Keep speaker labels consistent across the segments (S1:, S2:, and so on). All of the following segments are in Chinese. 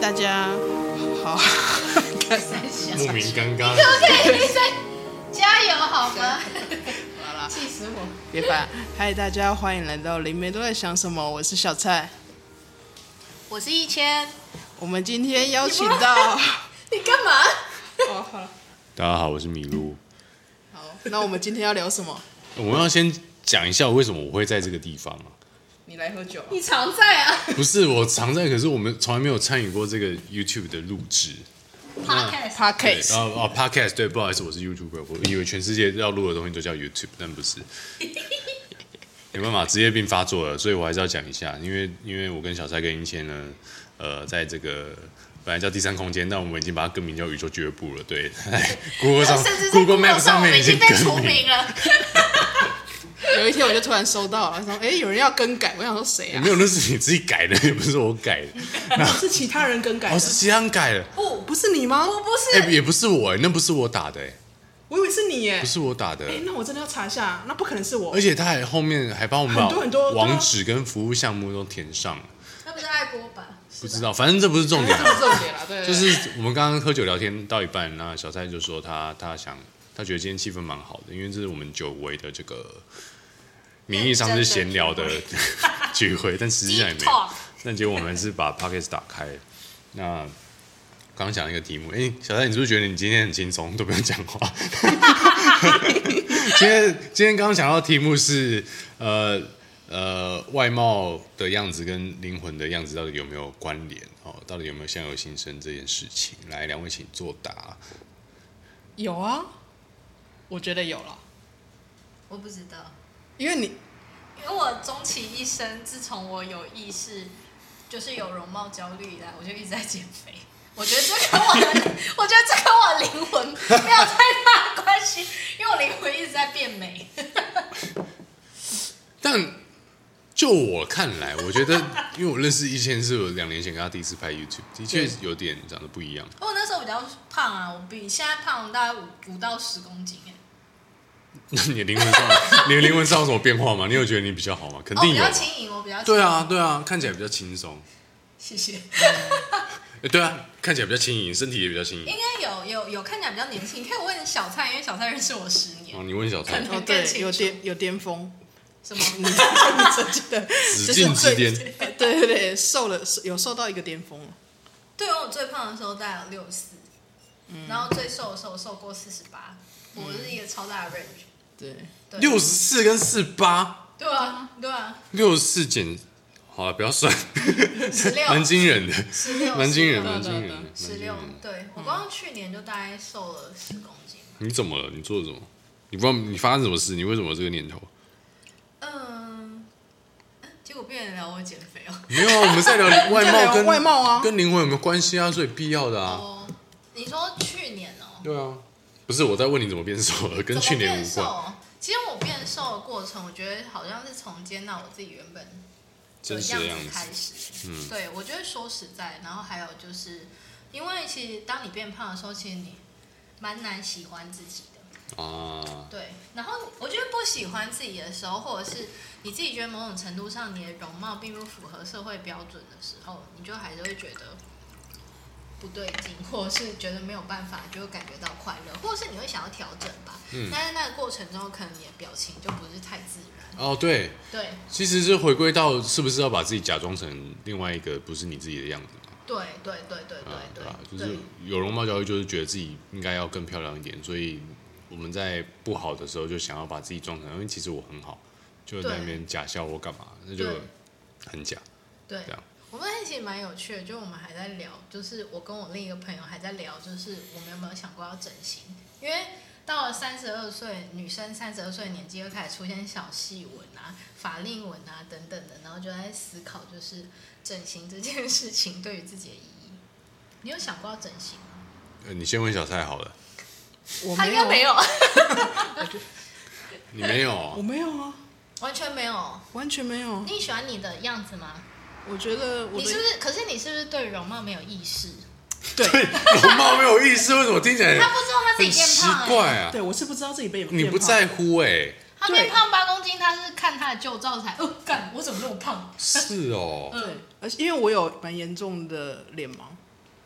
S1: 大家好，看
S2: 莫名尴尬。
S3: OK，医生，加油好吗？
S1: 好啦，
S3: 气死我！
S1: 别烦。嗨，大家欢迎来到《灵媒都在想什么》，我是小蔡。
S3: 我是一千，
S1: 我们今天邀请到，
S3: 你干嘛？
S1: 哦，好了，
S2: 大家好，我是米露。
S1: 好，那我们今天要聊什么？
S2: 我们要先讲一下为什么我会在这个地方啊？
S1: 你来喝酒啊、
S3: 你常在啊
S2: 不是我常在，可是我们从来没有参与过这个 YouTube 的录制。
S1: p
S3: ？Podcast，
S1: o d c
S2: 对
S1: a，
S2: 然
S1: s
S2: 后哦，Podcast，对，不好意思，我是 YouTuber，我以为全世界要录的东西都叫 YouTube，但不是。没办法，职业病发作了，所以我还是要讲一下，因为因为我跟小蔡跟英谦呢，呃，在这个本来叫第三空间，但我们已经把它更名叫宇宙俱乐部了， 对，Google 上
S3: 甚至在
S2: Google Map 上
S3: 我们
S2: 面
S3: 已
S2: 经
S3: 经被除
S2: 更名
S3: 名 了。
S1: 有一天我就突然收到了，说，哎、有人要更改，我想说谁啊
S2: 没？有，那是你自己改的，也不是我改的。
S1: 是其他人更改
S2: 哦，是其他人改的，
S3: 不，
S1: 不是你吗？
S3: 我不
S2: 哎、
S3: 是，
S2: 也不是我、那不是我打的、哎，
S1: 我以为是你耶
S2: 不。是我打的。
S1: 哎、那我真的要查一下，那不可能是我
S2: 而。且他还后面还帮我们把
S1: 很多很多对啊
S2: 网址跟服务项目都填上了，
S3: 那不是爱国吧？
S2: 不知道，反正这不是重点
S1: 这
S2: 啊、
S1: 是重点啦，对对对
S2: 就是我们刚刚喝酒聊天到一半，那小蔡就说他他想他觉得今天气氛蛮好的，因为这是我们久违的这个名义上是闲聊哎的 聚会，但实际上也没
S3: Deep
S2: 有
S3: talk。
S2: 但结果我们是把 p o c k e t 打开，那。刚刚讲了一个题目，哎、小蔡，你是不是觉得你今天很轻松，都不用讲话？ 今天今天刚刚讲到的题目是，呃呃，外貌的样子跟灵魂的样子到底有没有关联？哦，到底有没有相由心生这件事情？来，两位请作答。
S1: 有啊，我觉得有了，
S3: 我不知道，
S1: 因为你
S3: 因为我终其一生，自从我有意识，就是有容貌焦虑以来，我就一直在减肥。我觉得这跟我的，我觉得这跟我灵魂没有太大的关系，因为我灵魂一直在变美。
S2: 但就我看来，我觉得，因为我认识一千是我两年前跟他第一次拍 YouTube，的确
S1: 对
S2: 有点长得不一样。
S3: 我那时候比较胖啊，我比现在胖了大概五五到十公斤哎、
S2: 那 你的灵魂上，你的灵魂上有什么变化吗？你有觉得你比较好吗？肯
S3: 哦，我
S2: 定
S3: 比
S2: 有。啊
S3: 较轻盈，我比较轻盈
S2: 对啊，，对啊，看起来比较轻松。
S3: 谢谢。
S2: 诶对啊，看起来比较轻盈，身体也比较轻盈
S3: 应。该有有有看起来比较年轻，你可以问小蔡，因为小蔡认识我十年
S2: 哦，，你问小蔡
S3: 可，能
S1: 哦，
S3: 更
S1: 对，
S3: 清
S1: 有
S3: 楚
S1: 巅有巅峰，
S3: 什么？
S1: 你真的
S2: 紫禁之巅，
S1: 对 对对，瘦了有瘦到一个巅峰了，
S3: 对，我最胖的时候大概有六四，
S2: 嗯
S3: 然后最瘦的时候瘦过四十八，我是一个超大的 range。
S1: 对，
S3: 对
S2: 六十四跟四八，
S3: 对啊，对啊，
S2: 六十四减，好了，不要算，
S3: 十六
S2: 蛮惊人的，
S3: 十六，
S2: 蛮惊人，
S1: 对
S2: 蛮
S1: 对
S2: 惊人
S1: 对
S2: 的，嗯蛮
S3: 十
S2: 惊
S3: 六
S2: 人的。，
S3: 对我光去年就大概瘦了十公斤。
S2: 你怎么了？你做了什么？你不知道你发生什么事？你为什么有这个念头？
S3: 嗯，结果变成聊我减肥哦。
S2: 没有啊，我们在聊 外
S1: 在聊
S2: 貌跟
S1: 外貌啊
S2: 跟灵魂有没有关系啊？所以必要的啊。
S3: 哦，你说去年哦，
S2: 对啊，不是我在问你怎么变瘦了，跟
S3: 怎么
S2: 去年
S3: 变
S2: 无关，
S3: 瘦？其实我变瘦的过程，我觉得好像是从接纳我自己原本
S2: 真
S3: 的
S2: 实的样
S3: 子
S2: 子
S3: 开。始。嗯，对，我觉得说实在，然后还有就是，因为其实当你变胖的时候，其实你蛮难喜欢自己的。
S2: 啊，
S3: 对，然后我觉得不喜欢自己的时候，或者是你自己觉得某种程度上你的容貌并不符合社会标准的时候，你就还是会觉得不对劲，或者是觉得没有办法，就会感觉到快乐，或者是你会想要调整吧。
S2: 嗯
S3: 但是那个过程中，可能你的表情就不是太自然。
S2: 哦对，
S3: 对
S2: 其实是回归到是不是要把自己假装成另外一个不是你自己的样子嘛？
S3: 对对对对对
S2: 啊，对
S3: 对
S2: 吧？就
S3: 对
S2: 是有容貌焦虑，就是觉得自己应该要更漂亮一点，所以我们在不好的时候就想要把自己装成，因为其实我很好，就在那边假笑或干嘛，那就
S3: 对
S2: 很假。
S3: 对
S2: 这样，
S3: 我们那一起蛮有趣的，就我们还在聊，就是我跟我另一个朋友还在聊，就是我们有没有想过要整形？因为到了三十二岁，女生三十二岁年纪会开始出现小细纹啊、法令纹啊等等的，然后就在思考就是整形这件事情对于自己的意义。你有想过要整形吗？
S2: 呃，你先问小蔡好了，
S1: 我
S3: 他
S1: 没
S3: 应
S1: 有
S3: 该
S1: 啊，
S3: 没有，
S2: 你没有
S1: 我
S2: 哦，
S1: 没有啊，
S3: 完全没有。
S1: 完全没有。啊
S3: 你喜欢你的样子吗？
S1: 我觉得我
S3: 你是不
S1: 的
S3: 是？可是你是不是对容貌没有意识？
S1: 对
S2: 容貌没有意思，为什么听起来
S3: 他不知道他自己
S2: 很
S3: 变
S2: 奇
S3: 胖、欸，
S2: 怪啊？
S1: 对，我是不知道自己被
S2: 你不在乎哎、
S3: 他变胖八公斤，他是看他的旧照才，哦，干，我怎么那么胖？呃
S2: 是哦，
S1: 对，而且因为我有蛮严重的脸盲，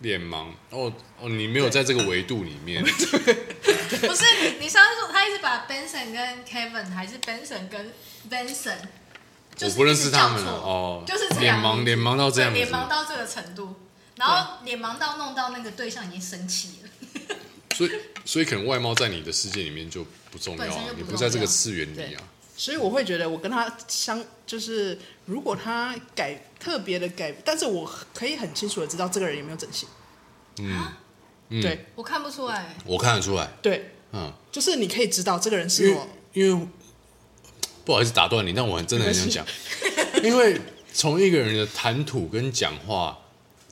S2: 脸盲哦哦，你没有在这个维度里面，
S3: 不是你，你上次说他一直把 Benson 跟 Kevin 还是 Benson 跟 Benson，就
S2: 我
S3: 是
S2: 不认识他们
S3: 一直
S2: 了
S3: 叫错
S2: 哦。
S3: 就是这
S2: 脸
S3: 样
S2: 盲，脸盲到这样
S3: 对脸盲
S2: 子，
S3: 到这个程度，然后脸盲到弄到那个对象已经生气了，
S2: 所以所以可能外貌在你的世界里面就不重要
S3: 本
S2: 啊
S3: 身就，不
S2: 你不
S3: 重
S2: 在这个
S3: 要
S2: 次元里
S1: 对
S2: 啊。
S1: 所以我会觉得我跟他相就是，如果他改特别的改，但是我可以很清楚的知道这个人有没有整形。
S2: 嗯，嗯
S1: 对
S3: 我看不出来，
S2: 我看得出来，
S1: 对，
S2: 嗯，
S1: 就是你可以知道这个人
S2: 因
S1: 是
S2: 为
S1: 我
S2: 因为不好意思打断你，但我很真的很想讲， 因为从一个人的谈吐跟讲话，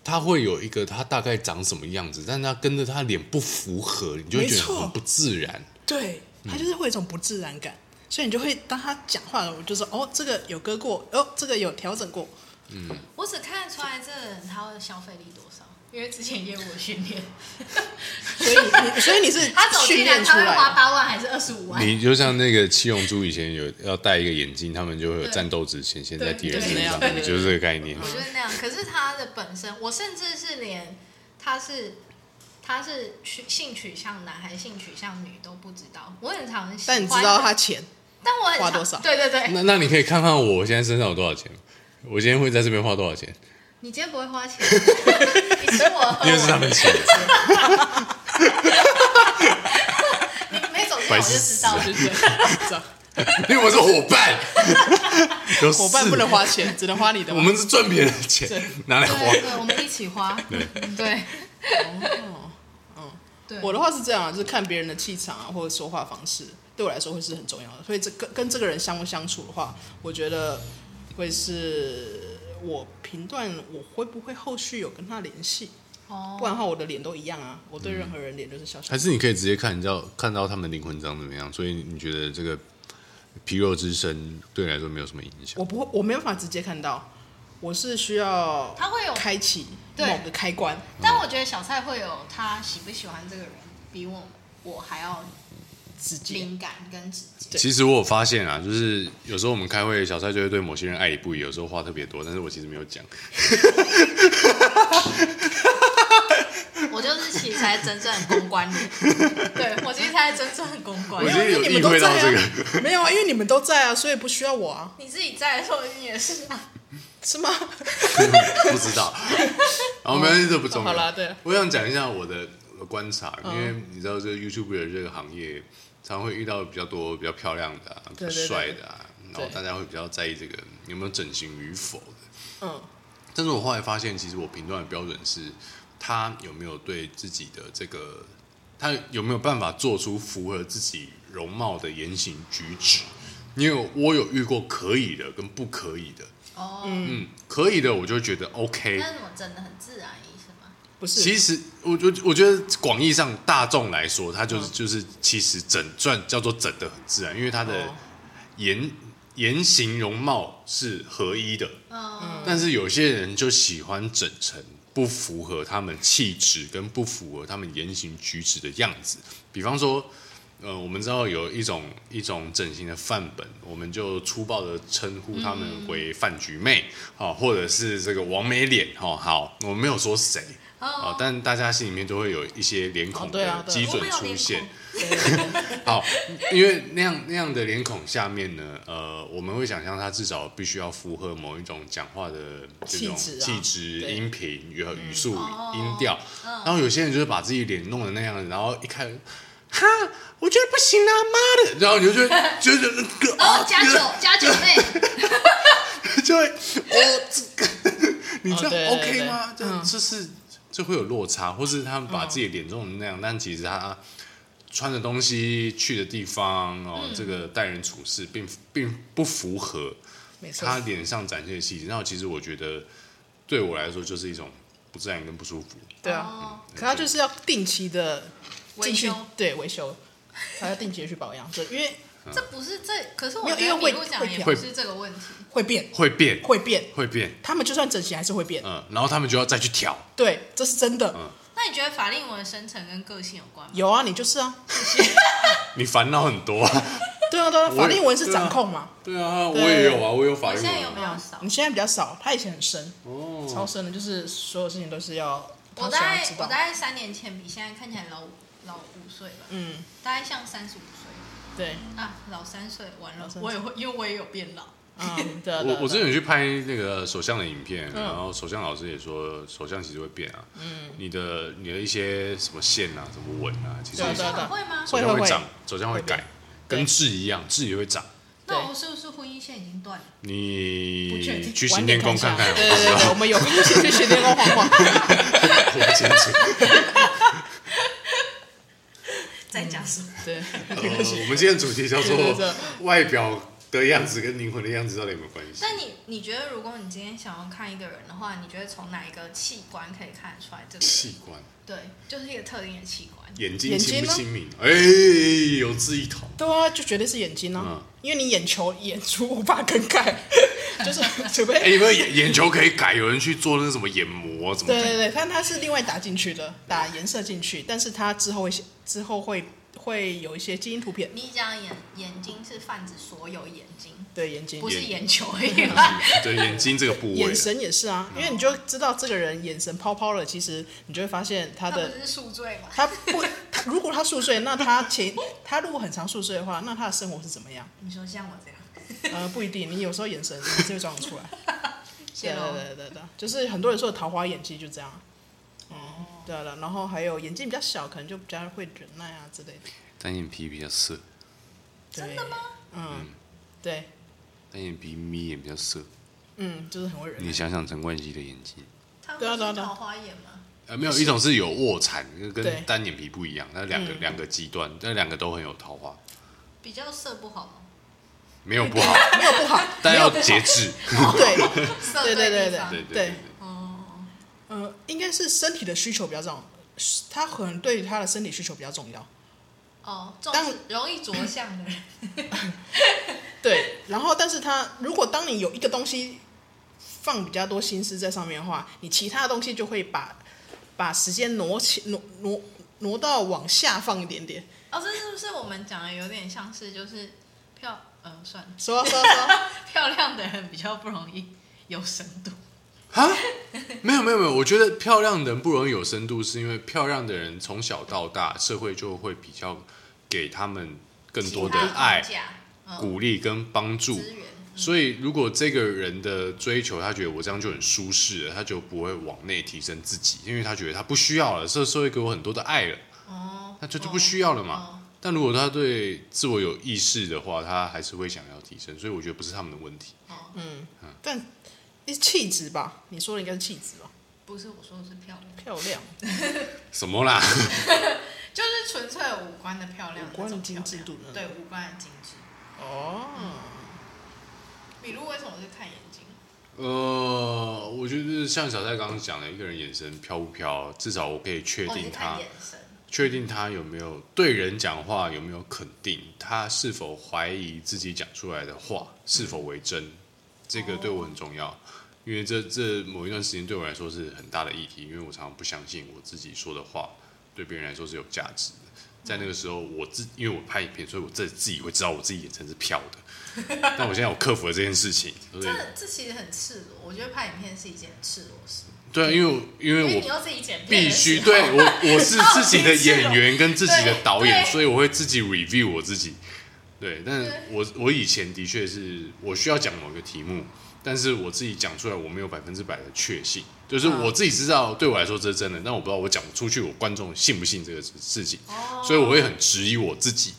S2: 他会有一个他大概长什么样子，但他跟着他脸不符合，你就会觉
S1: 没
S2: 得
S1: 错
S2: 很不自然。
S1: 对他就是会有一种不自然感，所以你就会当他讲话了，我就说哦，这个有割过，哦，这个有调整过，
S3: 我只看得出来这个人他的消费力多少，因为之前业务训 练，
S1: 所以你 所以你是
S3: 他走
S1: 训
S3: 进来
S1: 练出
S3: 他会
S1: 来
S3: 花
S1: 的，
S3: 八万还是二十五万？
S2: 你就像那个七龙珠以前有要戴一个眼镜，他们就会有战斗值显现在敌人
S1: 对
S2: 身上，
S1: 对对
S2: 就是这个概念
S3: 我。就是那样。可是他的本身，我甚至是连他是他是取性取向男还是性取向女都不知道。我很常喜欢
S1: 但你知道他，钱，
S3: 但我很
S1: 花
S3: 常
S1: 多少嗯
S3: 对对对，
S2: 那那你可以看看我现在身上有多少钱吗，我今天会在这边花多少钱，
S3: 你今天不会花钱，你请我
S1: 哦
S3: 喝
S2: 因为是他
S3: 完，
S2: 们请 的。
S3: 你没走进来
S2: 白
S3: 我
S2: 痴
S3: 就知道了
S2: 死了。
S1: 对对，知道
S2: 因为我是 伙伴，有事
S1: 伙伴不能，花钱，只能花你的
S2: 我
S1: 嘛。
S2: 们是赚别人的钱
S1: 对，
S2: 拿来花
S3: 对。对，我们一起花。
S2: 对
S3: 对
S1: 哦
S3: 对，
S1: 我的话是这样啊，就是看别人的气场啊，或者说话方式，对我来说会是很重要的。所以这跟跟这个人相不相处的话，我觉得会是我评断我会不会后续有跟他联系，不
S3: 哦，
S1: 然的话我的脸都一样啊，我对任何人脸就是笑笑
S2: 还。是你可以直接看到看到他们灵魂长怎么样，所以你觉得这个皮肉之身对你来说没有什么影响
S1: 我？不会，我没有办法直接看到，我是需要
S3: 他会有，
S1: 开启
S3: 对
S1: 某个开关。
S3: 但我觉得小蔡会有他喜不喜欢这个人，比我我还要
S1: 直接
S3: 敏感跟直接。
S1: 对
S2: 其实我有发现啊，就是有时候我们开会，小蔡就会对某些人爱理不理，有时候话特别多，但是我其实没有讲。
S3: 我就是其实才真正的公关人，对我其实才真正的公关
S2: 我
S1: 没
S2: 觉
S1: 有，
S2: 得
S1: 因为你
S2: 有意
S1: 们都
S2: 会
S1: 在
S2: 到这
S1: 啊，
S2: 个，
S1: 没有啊，因为你们都在啊，所以不需要我啊，
S3: 你自己在的时候你也是啊，
S1: 是吗？
S2: 不知道。然后没关系，这不重要。
S1: 好啦对嗯
S2: 我想讲一下我的我的观察，因为你知道，这个 YouTube 的这个行业，常常会遇到比较多比较漂亮的、啊、比
S1: 对对
S2: 较
S1: 对
S2: 帅的、啊，然后
S1: 对
S2: 大家会比较在意这个有没有整形与否的。
S1: 嗯，
S2: 但是我后来发现，其实我评断的标准是他有没有对自己的这个，他有没有办法做出符合自己容貌的言行举止。因为我有遇过可以的跟不可以的，
S3: 哦，
S2: 嗯，可以的我就觉得 OK，
S3: 那我真的很自然意思吗？
S1: 不是。
S2: 其实，我觉我觉得广义上大众来说，他就是、就是其实整算叫做整的很自然，因为他的
S1: 哦
S2: 言、言行容貌是合一的。
S3: 嗯，
S2: 但是有些人就喜欢整成不符合他们气质跟不符合他们言行举止的样子。比方说，呃，我们知道有一种一种整形的范本，我们就粗暴的称呼他们为饭局妹，
S3: 嗯
S2: 好、或者是这个王美脸，哦，好，我没有说谁。啊、
S3: 哦
S2: 但大家心里面都会有一些脸
S1: 哦
S2: 孔
S1: 对啊对啊
S2: 的基准
S3: 我没有
S2: 出
S3: 脸
S2: 现
S3: 孔，
S2: 好，因为那样那样的脸孔下面呢，呃，我们会想象他至少必须要符合某一种讲话的这种
S1: 气质啊
S2: 气质、
S1: 对
S2: 音频、语语速、
S3: 哦
S2: 音调。然后有些人就是把自己脸弄得那样，然后一看，哈，我觉得不行啊，妈的！然后你就觉得啊觉得
S3: 哦，加九加九妹，
S2: 就会哦，这个 你这
S1: 哦对
S2: 样
S1: 对对
S2: OK 吗？这
S1: 嗯
S2: 就是就会有落差，或是他们把自己的脸弄成那样，但其实他穿的东西、去的地方哦，这个
S1: 嗯
S2: 待人处事并并不符合
S1: 没错，
S2: 他脸上展现的气质。那其实我觉得对我来说就是一种不自然跟不舒服。
S1: 对啊。
S3: 哦
S1: 可他就是要定期的
S3: 维
S1: 进去
S3: 修，
S1: 对维修，他要定期的去保养，对，因为
S2: 嗯
S3: 这不是这，可是我
S1: 没有
S3: 觉
S1: 因
S3: 得
S1: 为会
S3: 你不讲也
S2: 会
S3: 不是这个问题，
S1: 会变，
S2: 会变，
S1: 会变，
S2: 会变，
S1: 他们就算整形还是会变，
S2: 嗯，然后他们就要再去调。
S1: 对，这是真的。
S3: 那你觉得法令纹的生成跟个性有关吗？
S1: 有啊，你就是啊，
S2: 你烦恼很多、 啊，
S1: 对啊，对啊，
S2: 我也
S1: 法令纹是掌控嘛，
S2: 对啊，我
S1: 对
S2: 也有啊，我有法
S3: 我
S2: 律
S3: 现在有
S2: 啊
S1: 嗯
S3: 没有少
S1: 你？现在比较少，他以前很深，
S2: 哦
S1: 超深的，就是所有事情都是要他
S3: 我
S1: 想
S3: 大
S1: 要
S3: 概
S1: 知
S3: 我
S1: 道
S3: 大，概三年前比现在看起来老五老五岁吧，
S1: 嗯，
S3: 大概像三十五岁
S1: 对，
S3: 啊，老三岁完
S1: 老
S3: 了
S1: 三，岁
S3: 我也会，因为我也有变老。
S1: 嗯， 对啊，对啊
S2: 我我之
S1: 对啊
S2: 前有去拍那个首相的影片，
S1: 嗯
S2: 然后首相老师也说，首相其实会变啊，你的你的一些什么线啊，什么纹啊，其实
S1: 对啊
S3: 手
S1: 对啊对啊
S3: 相很会吗？
S2: 首
S1: 会
S2: 相
S1: 会
S2: 长，首相会改
S1: 会，对
S2: 跟痣一样，痣也会长。
S3: 那我是不是婚姻线已经 断了？不确
S2: 你
S3: 定
S2: 去行天宫看看，啊
S1: 对对对，对我们有空去去行天宫晃晃。
S2: 我不清楚。
S3: 在讲什么？
S1: 对，
S2: 呃 我们今天主题叫做
S1: 对对对
S2: 外表的样子跟灵魂的样子到底有没有关系？
S3: 那你你觉得，如果你今天想要看一个人的话，你觉得从哪一个器官可以看得出来这个人？
S2: 器官，
S3: 对，就是一个特定的器官。
S2: 眼睛
S1: 眼
S2: 精
S1: 睛
S2: 不
S1: 吗
S2: 精明？哎、有志一同。
S1: 对啊，就绝对是眼睛啊
S2: 嗯，
S1: 因为你眼球演出无法更改， 就是除
S2: 哎、
S1: 非。
S2: 有没有眼眼球可以改？有人去做那个什么眼膜，怎么
S1: 对
S2: 改？
S1: 对对，但它是另外打进去的，打颜色进去，但是它之后会之后会会有一些基因突变，
S3: 你讲眼眼睛是泛指所有眼睛，
S1: 对眼睛
S3: 不是
S2: 眼
S3: 眼球而已
S2: 就
S3: 啦。
S2: 是对眼睛这个部位
S1: 眼，神也是啊，因为你就知道这个人眼神泡泡了，其实你就会发现他
S3: 他
S1: 的
S3: 不是宿醉吗？
S1: 他不，他如果他宿醉，那他前他如果很常宿醉的话，那他的生活是怎么 样？
S3: 你说像我这样，
S1: 呃，不一定，你有时候眼神还 是会装得出来。对
S3: 谢
S1: 对
S3: 喽。
S1: 对对对，就是很多人说的桃花演技就这样啊。
S3: 哦
S1: 嗯，对了，然后还有眼睛比较小，可能就比较会忍耐啊之类的。
S2: 单眼皮比较色，
S1: 对
S3: 真的吗？
S1: 嗯，对，
S2: 单眼皮眯眼比较色。
S1: 嗯，就是很会忍耐。
S2: 想想陈冠希的眼睛，
S3: 他不
S1: 对啊对啊
S3: 是
S1: 对啊
S3: 桃花眼吗？
S2: 呃，没有一种是有卧蚕，跟
S1: 对
S2: 跟单眼皮不一样，那两个
S1: 嗯
S2: 两个极端，但两个都很有桃花，
S3: 比较色不好吗？
S2: 没有不好，
S1: 没有不好，
S2: 但
S1: 没
S2: 要
S1: 有不好
S2: 节制。
S1: 对，
S3: 色
S1: 对对对
S3: 地方
S2: 对
S1: 对
S2: 对
S3: 哦，
S1: 呃，应该是身体的需求比较重，他可能对他的身体需求比较重要。
S3: 哦，重
S1: 但
S3: 视容易着相的人，
S1: 对，然后但是它如果当你有一个东西放比较多心思在上面的话，你其他的东西就会把把时间挪起挪挪挪到往下放一点点。
S3: 哦，这是不是我们讲的有点像是就是漂呃算了，
S1: 说啊说啊 说啊，
S3: 漂亮的人比较不容易有深度，
S2: 啊，没有没有没有，我觉得漂亮的人不容易有深度，是因为漂亮的人从小到大，社会就会比较给他们更多的
S3: 其他
S2: 爱
S3: 框、架嗯
S2: 鼓励跟帮助。
S3: 资源，
S2: 所以，如果这个人的追求，他觉得我这样就很舒适了，他就不会往内提升自己，因为他觉得他不需要了，这社会给我很多的爱了，
S3: 哦，
S2: 那这就不需要了嘛。
S3: 哦
S2: 但如果他对自我有意识的话，他还是会想要提升，所以我觉得不是他们的问题。
S3: 哦，
S1: 但是气质吧，你说的应该是气质吧，
S3: 不是我说的是漂亮，
S1: 漂亮，
S2: 什么啦？
S3: 就是纯粹五官的漂亮，
S1: 五官的
S3: 那种漂
S1: 精
S3: 亮
S1: 致度那种
S3: 对五官的精致。
S1: 哦，
S3: 米露为什么是看眼睛？
S2: 呃，我觉得像小蔡刚刚讲的，一个人眼神飘不飘，至少我可以确
S3: 哦，你
S2: 定
S3: 是
S2: 他
S3: 看眼神，
S2: 确定他有没有对人讲话有没有肯定，他是否怀疑自己讲出来的话是否为真，这个对我很重要，因为这这某一段时间对我来说是很大的议题，因为我常常不相信我自己说的话对别人来说是有价值的。在那个时候，我自因为我拍影片，所以我自自己会知道我自己眼神是飘的。但我现在我克服了这件事情，所以
S3: 这这其实很赤裸，我觉得拍影片是一件赤裸事，
S2: 对啊，因为我因为
S3: 因为
S2: 我
S3: 你又自己剪片
S2: 必
S3: 的时
S2: 须
S3: 候
S2: 对我，我是
S3: 好
S2: 自己的
S3: 精致哦
S2: 演员跟自己的导演，
S3: 对
S2: 所以我会自己 review 我自己。对，但
S3: 对
S2: 我我以前的确是我需要讲某个题目，但是我自己讲出来，我没有百分之百的确信，就是
S1: 嗯
S2: 我自己知道对我来说这是真的，但我不知道我讲出去，我观众信不信这个事情，
S3: 哦
S2: 所以我会很质疑我自己。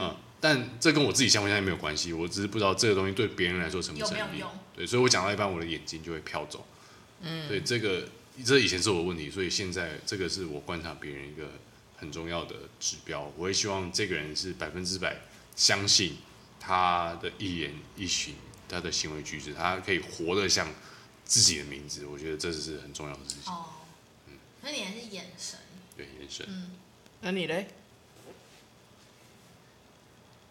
S2: 嗯，但这跟我自己相不相信没有关系，我只是不知道这个东西对别人来说成不
S3: 有
S2: 成
S3: 没有
S2: 立
S3: 用。
S2: 对，所以我讲到一半，我的眼睛就会飘走。嗯，对，这个这以前是我的问题，所以现在这个是我观察别人一个很重要的指标。我也希望这个人是百分之百相信他的一言一行，他的行为举止，他可以活得像自己的名字。我觉得这是很重要的事情。
S3: 哦，所以你还是眼神，
S2: 对，眼神。
S3: 嗯，
S1: 那你嘞？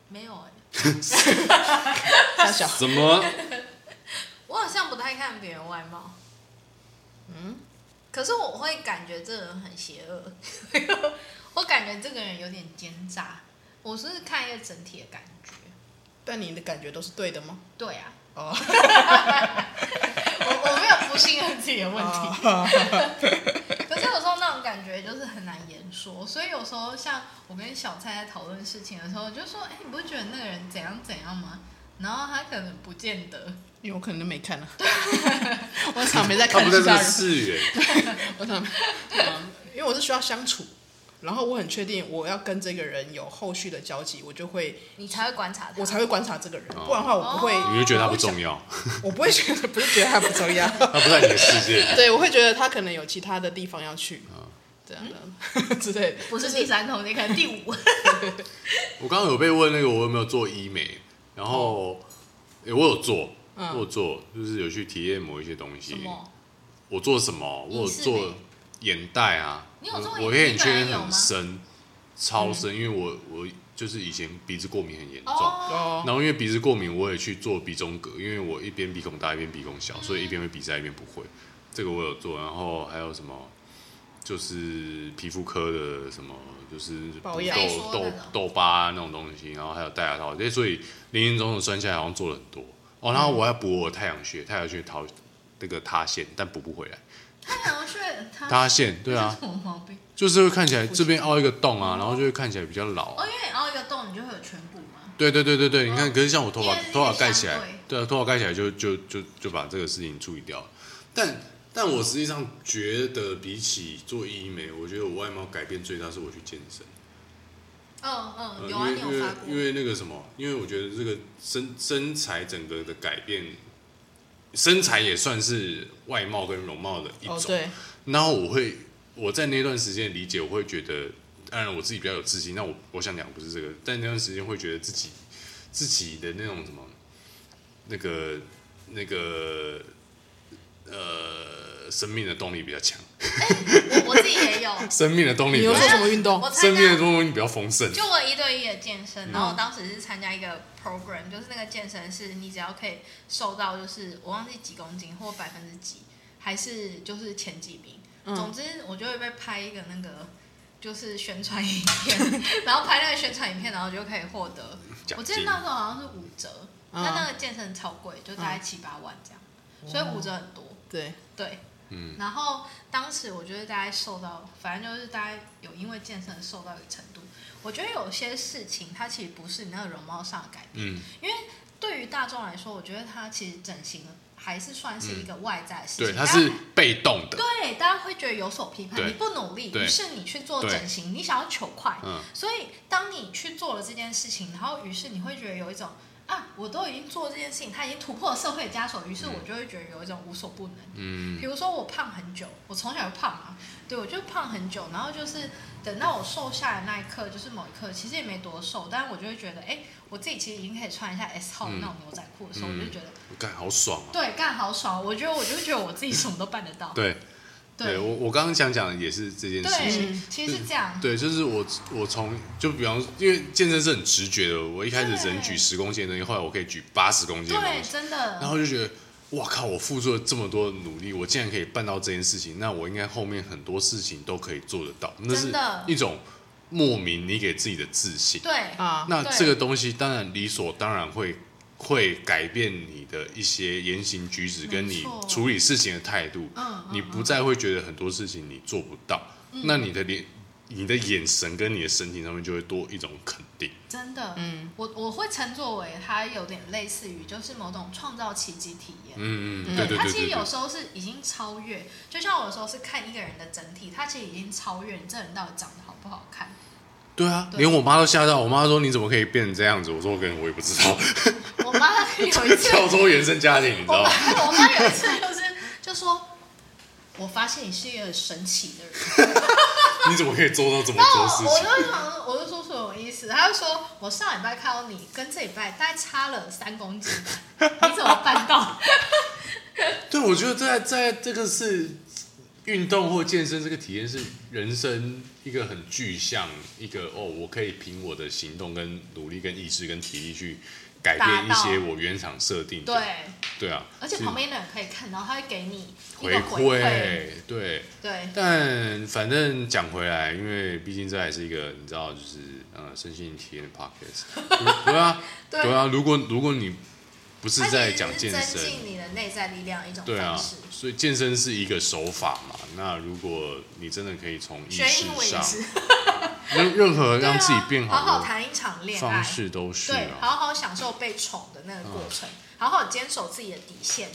S3: 没有哎、
S1: 大小，
S2: 怎么？
S3: 我好像不太看别人外貌，嗯，可是我会感觉这人很邪恶， 我感觉这个人有点奸诈，我是看一个整体的感觉，
S1: 但你的感觉都是对的吗？
S3: 对啊，
S1: 哦，哦
S3: 我我没有不信任自己的问题，
S1: 啊
S3: 可是我感觉就是很难言说，所以有时候像我跟小蔡在讨论事情的时候，我就说：“哎、你不觉得那个人怎样怎样吗？”然后他可能不见得，
S1: 因为我可能都没 看了，啊我常没在
S2: 他
S1: 看其
S2: 不在这个
S1: 他人，
S2: 视野，
S1: 我常，嗯， 因为我是需要相处，然后我很确定我要跟这个人有后续的交集，我就会
S3: 你才会观察他，
S1: 我才会观察这个人，
S2: 哦
S1: 不然的话我不会，
S3: 哦
S2: 你就觉得他不重要，
S1: 我不会觉得不是觉得他不重要，
S2: 他不在你的世界里。
S1: 对我会觉得他可能有其他的地方要去，
S2: 哦
S1: 这样的啊 之类的，
S3: 不是第三空间，可能第 五。
S2: 我刚刚有被问那个我有没有做医美，然后、诶我有做，
S1: 嗯
S2: 我有做，就是有去体验某一些东
S3: 什
S2: 西。
S3: 么？
S2: 我做什么？我有
S3: 影视美
S2: 做眼袋啊，
S3: 你有做
S2: 我
S3: 眼
S2: 我黑眼
S3: 你本来
S2: 圈
S3: 有吗嗯
S2: 很深，超深，因为我我就是以前鼻子过敏很严重。
S3: 哦，
S1: 哦，
S2: 然后因为鼻子过敏，我也去做鼻中隔，因为我一边鼻孔大一边鼻孔小，所以一边会鼻塞一边不会。这个我有做，然后还有什么就是皮肤科的什么，就是
S1: 保
S2: 痘
S1: 养
S3: 再说那
S2: 痘痘
S3: 种
S2: 痘疤那种东西，然后还有戴牙套，这所以林林总总算下来好像做了很多哦。然后我还补我的太阳穴，太阳穴逃那个塌陷，但补不回来。
S3: 太阳穴他
S2: 塌陷，对
S3: 这
S2: 啊
S3: 是，什么毛病？
S2: 就是会看起来这边凹一个洞啊，然后就会看起来比较老啊
S3: 哦，因为你凹一个洞，你就会有颧骨嘛。
S2: 对对对对对，你看，
S3: 嗯
S2: 可是像我头发
S3: 因为是
S2: 头发盖起来
S3: 相对，
S2: 对啊，头发盖起来就就就就把这个事情处理掉了。但但我实际上觉得，比起做医美，我觉得我外貌改变最大是我去健身。
S3: 嗯
S2: 呃
S3: 嗯，有
S2: 因
S3: 啊，
S2: 为
S3: 你有发过
S2: 因为。因为那个什么，因为我觉得这个身身材整个的改变，身材也算是外貌跟容貌的一种。
S1: 哦对，
S2: 然后我会我在那段时间理解，我会觉得，当然我自己比较有自信。那我我想讲不是这个，但那段时间会觉得自己自己的那种什么那个那个呃生命的动力比较强，
S3: 哎我我自己也有，
S2: 生命的动力
S1: 你
S2: 比较
S1: 又做
S2: 强，
S1: 什么运动
S3: 我？参
S2: 生命的
S3: 加
S2: 动力比较丰盛。
S3: 就我一对一的健
S2: 嗯
S3: 身，然后我当时是参加一个 program，就是那个健身是你只要可以瘦到就是我忘记几公斤或百分之几，还是就是前几名，
S1: 嗯
S3: 总之我就会被拍一个那个。就是宣传影 片，然后拍那个宣传影片，然后就可以获得。
S2: 奖
S3: 我记得
S2: 金
S3: 那时候好像是五折，
S1: 嗯
S3: 但那个健身超贵，就大概七八万这样，所以五折很多。
S1: 对，
S3: 对，
S2: 嗯，
S3: 然后当时我就是大概受到，反正就是大概有因为健身受到一个程度，我觉得有些事情它其实不是你那个容貌上的改变，
S2: 嗯，
S3: 因为对于大众来说，我觉得它其实整形还是算是一个外在的事情，
S2: 对，它
S3: 大家
S2: 是被动的，
S3: 对大家会觉得有所批判，
S2: 对
S3: 你不努力，
S2: 对
S3: 于是你去做整形，你想要求快，
S2: 嗯
S3: 所以当你去做了这件事情，然后于是你会觉得有一种。啊，我都已经做这件事情，它已经突破了社会的枷锁，于是我就会觉得有一种无所不能。
S2: 嗯
S3: 比如说我胖很久，我从小就胖嘛，对我就胖很久，然后就是等到我瘦下来那一刻，就是某一刻，其实也没多瘦，但是我就会觉得，哎，我自己其实已经可以穿一下 S 号那种牛仔裤的时候，
S2: 嗯
S3: 我就觉得，
S2: 干好爽啊！
S3: 对，干好爽，我觉得我就觉得我自己什么都办得到，
S2: 对，对
S3: 对
S2: 我我刚刚想讲的也是这件事情。
S3: 对，其实是这样，
S2: 对，就是我我从就比方说，因为健身是很直觉的，我一开始只能
S3: 对
S2: 举十公斤的东西，后来我可以举八十公斤的
S3: 对，
S2: 东西，
S3: 真
S2: 然
S3: 的，
S2: 后就觉得。哇靠！我付出了这么多的努力，我竟然可以办到这件事情，那我应该后面很多事情都可以做得到。那是
S3: 真的
S2: 一种莫名你给自己的自信。
S3: 对，
S1: 啊，
S2: 那
S3: 对
S2: 这个东西当然理所当然会会改变你的一些言行举止，跟
S3: 没
S2: 你
S3: 错
S2: 处理事情的态度。
S3: 嗯嗯
S2: 你不再会觉得很多事情你做不到，那你的脸、你的眼神跟你的身体上面就会多一种肯定。
S3: 真的，
S1: 嗯，
S3: 我我会称作为它有点类似于就是某种创造奇迹体验，
S2: 嗯嗯，
S1: 嗯
S2: 对对
S3: 它
S2: 对
S3: 其实
S2: 对对
S3: 有。时候是已经超越，就像我有时候是看一个人的整体，他其实已经超越你这人到底长得好不好看。
S2: 对啊，
S3: 对
S2: 连我妈都吓到，我妈说你怎么可以变成这样子？我说我跟我也不知道，
S3: 我妈有一次，
S2: 跳脱原生家庭，你知
S3: 我
S2: 道吗？
S3: 妈我妈有一次就是就说，我发现你是一个很神奇的人，
S2: 你怎么可以做到这么
S3: 然后
S2: 多
S3: 我
S2: 事
S3: 我
S2: 情？
S3: 就想说，我就说什么意思？她就说我上礼拜看到你跟这礼拜大概差了三公斤， 你怎么办到？
S2: 对，我觉得在在这个是运动或健身这个体验是人生一个很具象，一个哦，我可以凭我的行动跟努力跟意志跟体力去改变一
S3: 达到
S2: 些我原厂设定的。
S3: 对，
S2: 对啊，
S3: 而且
S2: 是
S3: 旁边的人可以看到，他会给你一
S2: 回
S3: 个馈，
S2: 馈对。
S3: 对，
S2: 但反正讲回来，因为毕竟这还是一个你知 道，就是呃身心体验的 podcast，对啊，
S3: 对
S2: 对啊。如果如果你不是
S3: 它其
S2: 在
S3: 实
S2: 讲
S3: 是
S2: 健
S3: 增
S2: 身，
S3: 进你的内在力量一种
S2: 对啊
S3: 方式。，
S2: 所以健身是一个手法嘛。那如果你真的可以从仪
S3: 学
S2: 式
S3: 英文也
S2: 上，
S3: 是，
S2: 任任何让自己变
S3: 对啊 好好
S2: 的
S3: 谈一场恋爱
S2: 方，式都是
S3: 对，
S2: 啊。嗯
S3: 好好享受被宠的那个过程，好好坚守自己的底线，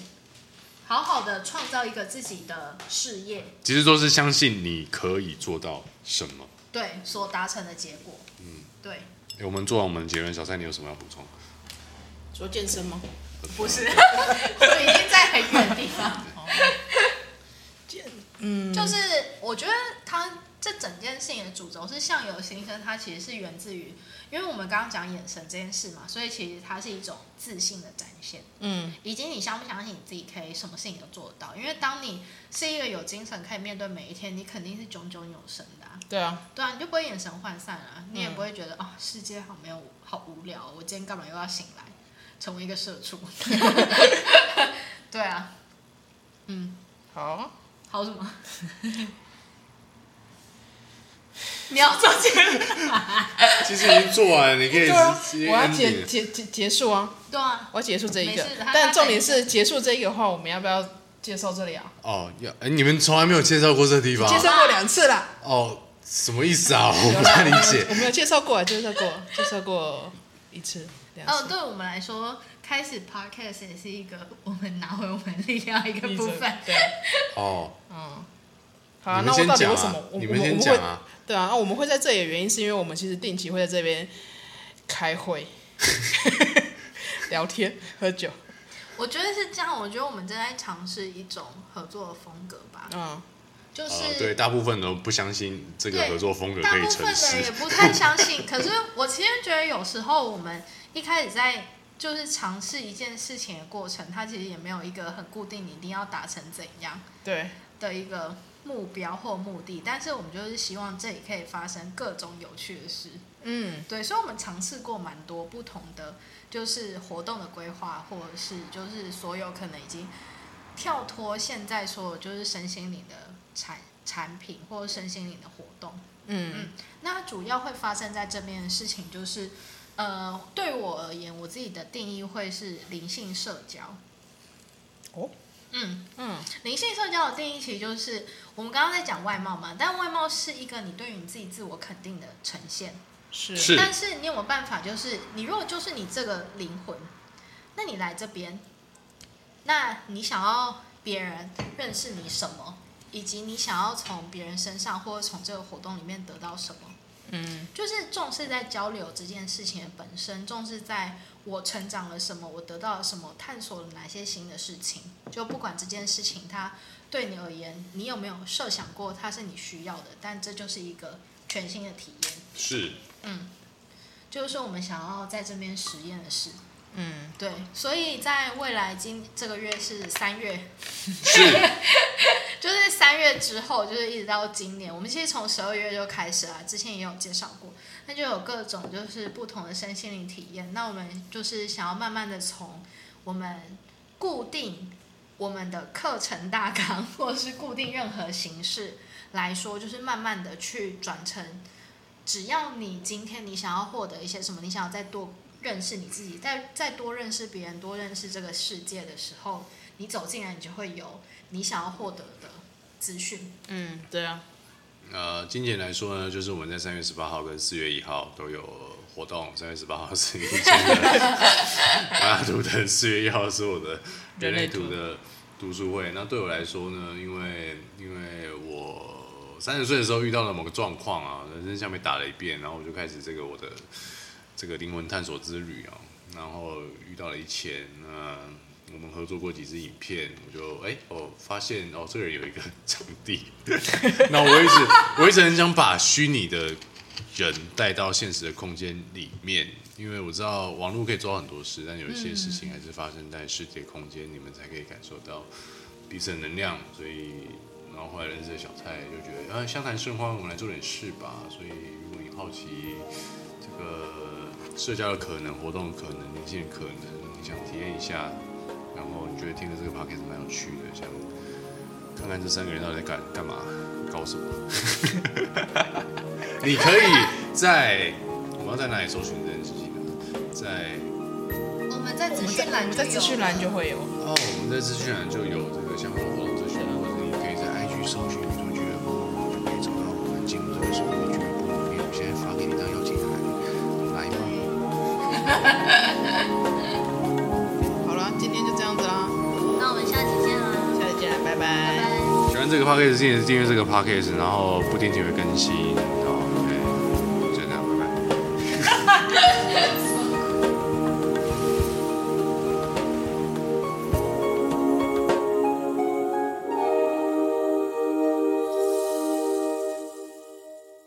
S3: 好好的创造一个自己的事业，
S2: 其实都是相信你可以做到什么。
S3: 对所达成的结果。嗯，对，
S2: 诶我们做完我们的结论，小蔡你有什么要补充？
S1: 说健身吗？
S3: 不是，我已经在很远的地 方。嗯，就是我觉得他这整件事情的主轴是相由心生，它其实是源自于，因为我们刚刚讲眼神这件事嘛，所以其实它是一种自信的展现。
S1: 嗯，
S3: 以及你相不相信你自己可以什么事情都做得到。因为当你是一个有精神可以面对每一天，你肯定是炯炯有神的、啊。
S1: 对啊，
S3: 对啊，你就不会眼神涣散啊，你也不会觉得啊、世界好没有好无聊哦，我今天干嘛又要醒来成为一个社畜？ 对啊，
S1: 好，
S3: 好什么？ 你要做结论？
S2: 其实已经做完了，你可以
S1: 对 啊
S2: 直接，
S1: 我要
S2: ending
S1: 结
S2: 了
S1: 结结结束啊，
S3: 对啊，
S1: 我要结束这一个
S3: 没事他。
S1: 但重点是结束这一个的话，我们要不要介绍这里啊？
S2: 哦，要哎，你们从来没有介绍过这地方
S1: 介绍过两次啦，
S2: 哦，什么意思啊？ 我不太理解
S1: 我。没有介绍过啊，介绍过，介绍过一次。两
S3: 哦，
S1: 次。
S3: 对我们来说，开始 podcast 也是一个我们拿回我们力量的一个
S1: 一
S3: 部
S1: 直
S3: 分。
S1: 对，
S2: 哦，
S1: 嗯，好啊、
S2: 你
S1: 那
S2: 们
S1: 我
S2: 先
S1: 到底
S2: 讲
S1: 为什
S2: 啊
S1: 么，我
S2: 你
S1: 我们
S2: 们
S1: 我
S2: 先
S1: 们
S2: 讲
S1: 会
S2: 啊。
S1: 对啊，那我们会在这里的原因是因为我们其实定期会在这边开 会、聊天、喝酒。
S3: 我觉得是这样，我觉得我们正在尝试一种合作的风格吧，
S1: 嗯，
S3: 就
S2: 呃，
S3: 是
S2: 对，大部分都不相信这个
S3: 对
S2: 合作风格
S3: 大
S2: 可以
S3: 部分
S2: 成
S3: 的人也
S2: 事。
S3: 不太相信。可是我其实觉得有时候我们一开始在就是尝试一件事情的过程，它其实也没有一个很固定，你一定要达成怎样
S1: 对，
S3: 的一个目标或目的。但是我们就是希望这里可以发生各种有趣的事。
S1: 嗯，
S3: 对，所以我们尝试过蛮多不同的，就是活动的规划，或者是就是所有可能已经跳脱现在所有就是身心灵的产产品或者身心灵的活动。
S1: 嗯，
S3: 那主要会发生在这边的事情就是，呃，对我而言，我自己的定义会是灵性社交。
S1: 哦，
S3: 嗯，
S1: 嗯，
S3: 灵性社交的定义其实就是我们刚刚在讲外貌嘛，但外貌是一个你对于你自己自我肯定的呈现。
S1: 是，
S2: 是
S3: 但是你有没有办法？就是你如果就是你这个灵魂，那你来这边，那你想要别人认识你什么，以及你想要从别人身上或者从这个活动里面得到什么？
S1: 嗯，
S3: 就是重视在交流这件事情的本身，重视在我成长了什么，我得到了什么，探索了哪些新的事情。就不管这件事情它对你而言，你有没有设想过它是你需要的，但这就是一个全新的体验。
S2: 是，
S3: 就是我们想要在这边实验的事。
S1: 嗯，
S3: 对，所以在未来今这个月是三月，就是三月之后，就是一直到今年，我们其实从十二月就开始啦，之前也有介绍过，那就有各种就是不同的身心灵体验。那我们就是想要慢慢的从我们固定我们的课程大纲， 或者是固定任何形式来说，就是慢慢的去转成，只要你今天你想要获得一些什么，你想要再多认识你自己，再再多认识别人，多认识这个世界的时候，你走进来，你就会有你想要获得的资讯。
S1: 嗯，对啊，
S2: 呃，今年来说呢，就是我们在三月十八号跟四月一号都有活动。三月十八号是云间 的玛雅图腾，四月一号是我的人类图的读书会。那对我来说呢，因为因为我三十岁的时候遇到了某个状况啊，人生像被打了一遍，然后我就开始这个我的这个灵魂探索之旅啊，然后遇到了一千，那我们合作过几支影片，我就哎、我发现哦，这个人有一个 场地，那我一直我一直很想把虚拟的人带到现实的空间里面，因为我知道网络可以做到很多事，但有一些事情还是发生在实体的空间，你们才可以感受到彼此的能量，所以。然后后来认识了小蔡，就觉得啊，相谈甚欢，我们来做点事吧。所以如果你好奇这个社交的可能、活动的可能、年轻的可能，你想体验一下，然后你觉得听了这个 podcast 蛮有趣的，想看看这三个人到底在干干嘛、搞什么。 你可以在我们要在哪里搜寻这件事情呢？在
S3: 我们在
S1: 我
S3: 资
S1: 们在
S3: 讯栏
S1: 我们在
S3: 有
S1: 资讯栏
S3: 了
S1: 就会有。
S2: 哦，我们在资讯栏就有这个相关活动资讯，或者你可以在 IG 搜寻宇宙俱乐部，就可以找到我们进入这个神秘俱乐部里面。我现在发给你当邀请函，来吧。
S1: 好了，今天就这样子啦，
S3: 那我们下期见啦，
S1: 下次见，拜拜
S3: 拜拜。
S2: 喜欢这个 podcast，记得订阅这个 podcast，然后不定期会更新。